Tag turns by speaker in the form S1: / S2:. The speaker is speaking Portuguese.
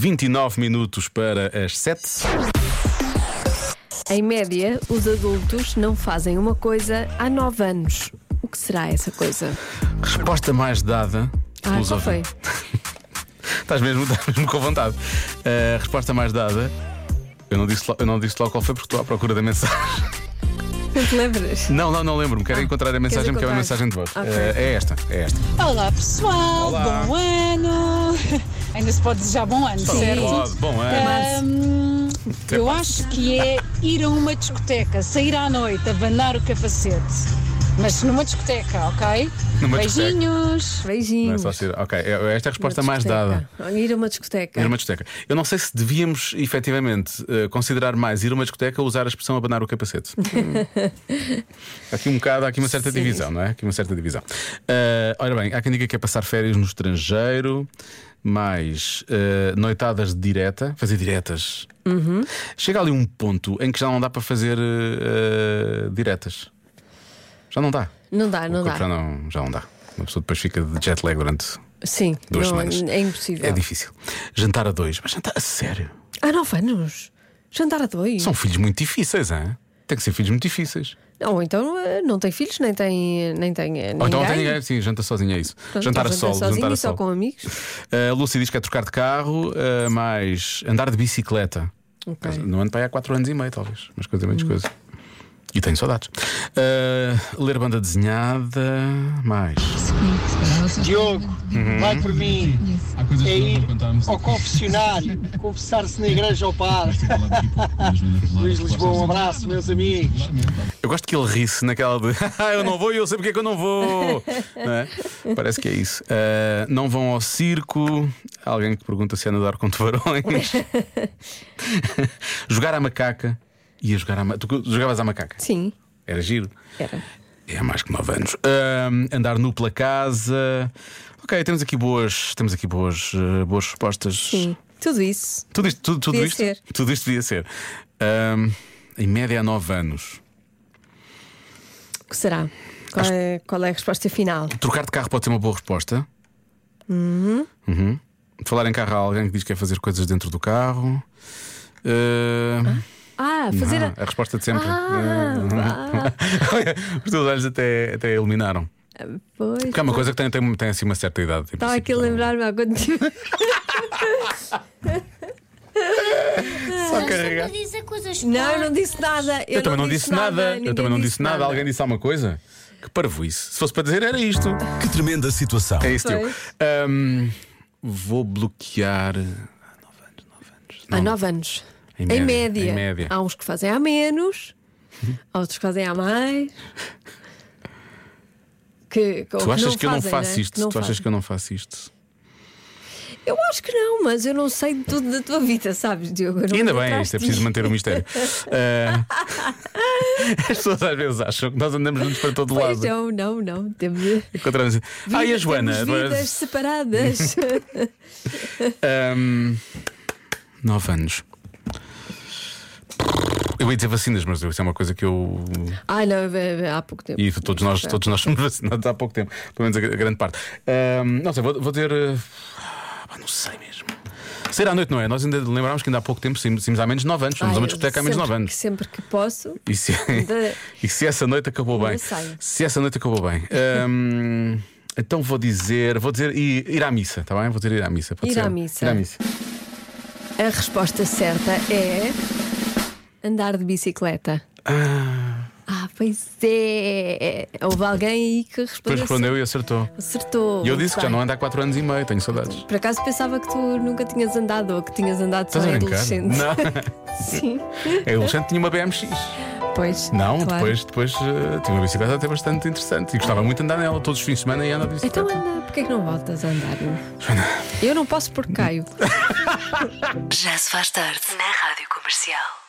S1: 29 minutos para as 7.
S2: Em média, os adultos não fazem uma coisa há 9 anos. O que será essa coisa?
S1: Resposta mais dada
S2: Ah,
S1: pelos
S2: qual foi?
S1: ouvintes. Estás mesmo, estás mesmo com vontade. A resposta mais dada. Eu não, disse, lo- eu não disse logo qual foi porque estou à procura da mensagem.
S2: Não te lembras?
S1: Não, não, não lembro-me. Quero encontrar a mensagem porque é uma
S2: Ah, encontrar?
S1: mensagem de voz.
S2: Ok.
S1: Eh, é esta, é esta.
S3: Olá pessoal,
S1: Olá.
S3: bom ano! Ainda se pode desejar bom ano, certo?
S1: Pode, bom eh, ano.
S3: Ahm, eu acho que é ir a uma discoteca, sair à noite, abanar o capacete. Mas numa discoteca, ok?
S1: Numa discoteca.
S3: Beijinhos!
S1: Não é
S2: Beijinhos.
S1: só ser- Ok, é- esta é a
S2: Uma
S1: resposta mais
S2: discoteca.
S1: dada.
S2: Ir a uma discoteca.
S1: Ir a uma discoteca. Eu não sei se devíamos, efetivamente, eh, considerar mais ir a uma discoteca ou usar a expressão abanar o capacete. Hum. Há aqui um bocado, há aqui uma certa
S2: Sim.
S1: divisão, não é? Há Aqui uma certa divisão. Eh, ora bem, há quem diga que é passar férias no estrangeiro, mais eh, noitadas de direta, fazer diretas.
S2: Uhum.
S1: Chega ali um ponto em que já não dá para fazer eh, eh, diretas. Já não dá.
S2: Não dá,
S1: O
S2: não
S1: corpo
S2: dá.
S1: Já, não, já não dá. Uma pessoa depois fica de jet lag durante.
S2: Sim,
S1: Duas
S2: não,
S1: semanas.
S2: é impossível.
S1: É difícil. Jantar a dois, mas jantar a sério.
S2: Há 9 anos? Jantar a dois?
S1: São filhos muito difíceis, hein? Tem que ser filhos muito difíceis.
S2: Não, então eh, não tem filhos, nem tem. Nem tem eh, ninguém. Então,
S1: Ou então tem ninguém, sim, janta sozinho, é isso.
S2: Pronto,
S1: jantar a
S2: ou
S1: solo,
S2: sozinho
S1: jantar a
S2: e só
S1: solo.
S2: com amigos.
S1: A Lúcia diz que é trocar de carro, eh, mais andar de bicicleta.
S2: Ok. Hum.
S1: No ano para aí há 4 anos e meio, talvez. Mas coisa é menos coisa. E tenho saudades. Eh, ler banda desenhada, mais.
S4: Diogo, vai por mim. É ir ao confessionário, confessar-se na igreja ao padre. Luís Lisboa, um abraço, meus amigos.
S1: Eu gosto que ele ri-se naquela de "Ah, eu não vou e eu sei porque é que eu não vou. Não é? Parece que é isso. Ah, não vão ao circo. Há Alguém que pergunta se é nadar com tubarões. jogar à macaca. Ia jogar à macaca. Tu jogavas à macaca?
S2: Sim,
S1: Era giro.
S2: era.
S1: É há mais que 9 anos. Ahm, andar nu pela casa. Ok, temos aqui boas, temos aqui boas, eh, boas respostas.
S2: Sim, tudo isso.
S1: Tudo isto, tudo, tudo
S2: Devia
S1: isto,
S2: ser.
S1: tudo isto devia ser. Ahm, em média há 9 anos.
S2: O que será? Qual, é, qual é a resposta final?
S1: Trocar de carro pode ser uma boa resposta. Uhum. Falar em carro há alguém que diz que quer fazer coisas dentro do carro. Uh,
S2: Ah, fazer
S1: não,
S2: a.
S1: a resposta de sempre.
S2: Ah,
S1: Uh, Os teus olhos até, até iluminaram.
S2: Pois.
S1: Porque é uma coisa que tem, tem, tem assim uma certa idade. em
S2: Estava aqui
S1: princípio. é?
S2: a lembrar-me há quanto tempo.
S1: Só carregar.
S5: dizer coisas
S2: Não, eu não disse nada.
S1: Eu, também não disse nada. Eu
S2: ninguém
S1: também não disse nada. Alguém disse alguma coisa? Que parvoíce. Se fosse para dizer, era isto.
S6: Que tremenda situação.
S1: É isso, tio.
S2: Pois.
S1: Ahm, vou bloquear. Há 9 anos, 9 anos.
S2: Há
S1: Não,
S2: nove anos.
S1: Em
S2: Em
S1: média,
S2: média,
S1: em média.
S2: Há uns que fazem a menos, há outros que fazem a mais. Que, que- ou
S1: Tu achas
S2: não
S1: que eu não
S2: fazem,
S1: faço
S2: é?
S1: isto?
S2: Não
S1: tu achas
S2: fazem.
S1: que eu não faço isto?
S2: Eu acho que não, mas eu não sei de tudo da tua vida, sabes, Diogo? Eu não
S1: E ainda
S2: vou
S1: bem,
S2: atrás
S1: isto é
S2: de
S1: preciso
S2: ti.
S1: manter o mistério. Ah, as pessoas às vezes acham que nós andamos juntos para todo
S2: Pois
S1: lado.
S2: não, não, não. Temos. Vida,
S1: Encontramos. Ah, e a Joana?
S2: Temos vidas separadas.
S1: 9 anos. Eu ia dizer vacinas, mas isso é uma coisa que eu.
S2: Ai, não, é- é- há pouco tempo.
S1: E todos nós, todos nós somos vacinados há pouco tempo, pelo menos a gra- grande parte. Ahm, não sei, vou, vou ter. eh, pá, não sei mesmo. Sair à noite, não é? Nós ainda lembrámos que ainda há pouco tempo saímos saímos há menos de 9 anos, fomos
S2: Ai,
S1: a uma discoteca há menos de 9
S2: sempre que-
S1: anos.
S2: Sempre que posso.
S1: E se,
S2: De-
S1: e se essa noite acabou bem?
S2: Eu saio.
S1: Se essa noite acabou bem. Ahm, então vou dizer, vou dizer ir, ir à missa, tá bem? Vou dizer ir à missa. Pode
S2: Ir
S1: ser?
S2: à missa.
S1: Ir à missa.
S2: A resposta certa é andar de bicicleta. Ah, pois é. Houve alguém aí que respondeu.
S1: Depois respondeu e acertou.
S2: Acertou.
S1: E eu
S2: Muito
S1: disse que já
S2: bem.
S1: não ando há 4 anos e meio, tenho saudades.
S2: Por acaso pensava que tu nunca tinhas andado ou que tinhas andado só
S1: Estás a
S2: em
S1: brincar?
S2: adolescente.
S1: Não,
S2: Sim.
S1: a adolescente tinha uma BMX.
S2: Pois.
S1: Não,
S2: claro.
S1: depois, depois eh, tinha uma bicicleta até bastante interessante e gostava muito de andar nela todos os fins de semana e andar de
S2: Então
S1: bicicleta.
S2: anda, porquê é que não voltas a andar?
S1: Hum.
S2: Eu não posso porque caio.
S7: Já se faz tarde na Rádio Comercial.